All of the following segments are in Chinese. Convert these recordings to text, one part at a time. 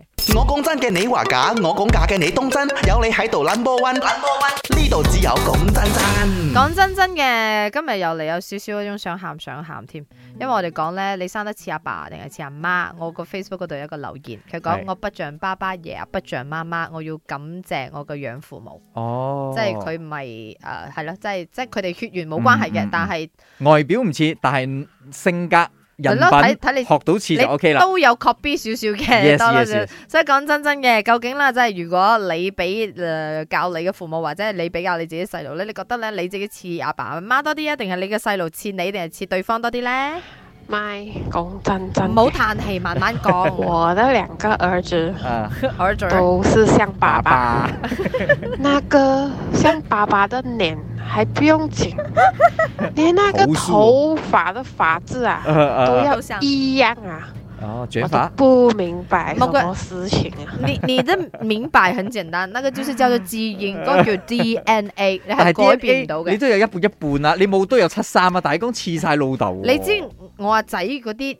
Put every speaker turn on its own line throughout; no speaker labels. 我講真嘅你話假，我講假嘅你當真，有你喺度 number one，number one 呢度只有講真真。
嗯
講真真嘅，今日又嚟有少少嗰種想喊想喊添，因為我哋講咧，你生得似阿爸定係似阿媽？我個 Facebook 嗰度有一個留言，佢講
係
我不像爸爸爺啊，不像媽媽，我要感謝我嘅養父母，
哦，
即係佢唔係誒係咯，即係即係佢哋血緣冇關係嘅，
嗯嗯嗯
但係
外表唔似，但係性格
係
人
咯睇睇你
品學到似就 OK 啦。
都有 copy 少少嘅
Yes,
多多
yes,
少少
yes
所以講真真嘅，究竟啦，即係如果你俾誒、呃教你嘅父母，或者係你比較你自己細路咧，你覺得咧你自己似阿爸阿媽多啲啊，定係你嘅細路似你，定係似對方多啲咧？
咪講真真
唔好
嘅，
嘆氣，慢慢 講。
我的两个儿子
啊，
我做
都是像爸爸，
爸，
那个像爸爸的脸还不用 紧，连那个
投诉
头发的发质啊
呃呃
都
呃
要
都像
一样啊，
哦，
我
卷
都
髮
不明白
某
什
个
么事情啊。
你你的明白很簡單，那個就是叫做基因， 嗰個叫 DNA，你係
但係
改變唔到
DNA 你
嘅。
都有一半一半啦，你冇都有七三啊，大公似晒老豆喎。
你知我阿仔嗰啲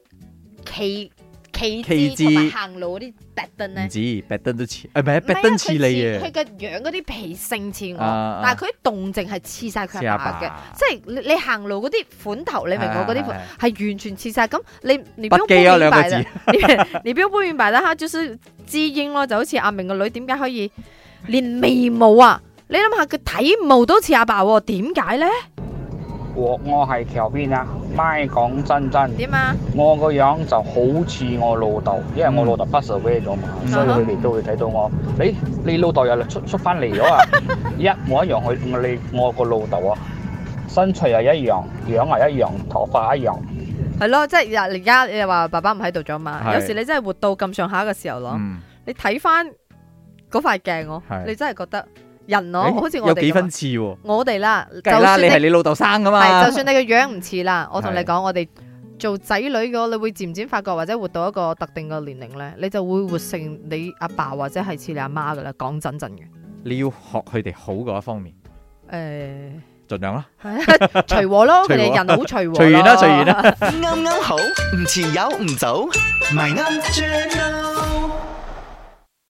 企企
企
姿同埋
姿
行路嗰啲 pattern 咧
唔？知，拜登都似，呃誒唔
唔
係，
係啊
拜登似你
佢佢
啊，
個樣嗰啲皮性似我，
啊啊
但係佢啲動靜係似晒佢
似
阿
阿
爸嘅，
爸。
即係你你行路嗰啲款頭，你明我嗰啲款
係
係完全似晒。咁你你
不
標
記啊
明
兩個
白
字
啦， 你你標不明白啦嚇，就是知英咯，就好似阿明個女點解可以連眉毛啊？你諗下佢體毛都似阿爸喎，點解咧？
我我係橋邊啊，咪講真真，
點啊？
我個樣就好似我老豆，因為我
嗯
老豆 pass away 咗嘛，
嗯
所以佢哋都會睇到我。誒，你老豆又出出翻嚟咗啊！一模一樣，佢你我個老豆啊，身材又一樣，樣又一樣，頭髮一樣。
係咯，即係而家你話爸爸唔喺度咗嘛？
係
有時你真係活到咁上下嘅時候咯。
嗯，
你睇翻嗰塊鏡我，
係
你真係覺得人我
誒
好似我
有
哋
幾
咁
分
啊，
似喎，
我哋啦，就
梗係啦，
算
你係
你
你老豆生噶嘛，
係就算你個樣唔似啦，我同你
係
講，我哋做仔女嘅，你會漸漸發覺或者活到一個特定嘅年齡咧，你就會活成你阿爸或者係似你阿媽噶啦。講真真嘅，
你要學佢哋好嗰一方面，
誒、啊
盡量啦。
隨和咯，佢
隨
哋
和
人好隨和，
隨緣啦隨緣
啦。
啱啱好，唔遲有唔早，咪啱 channel。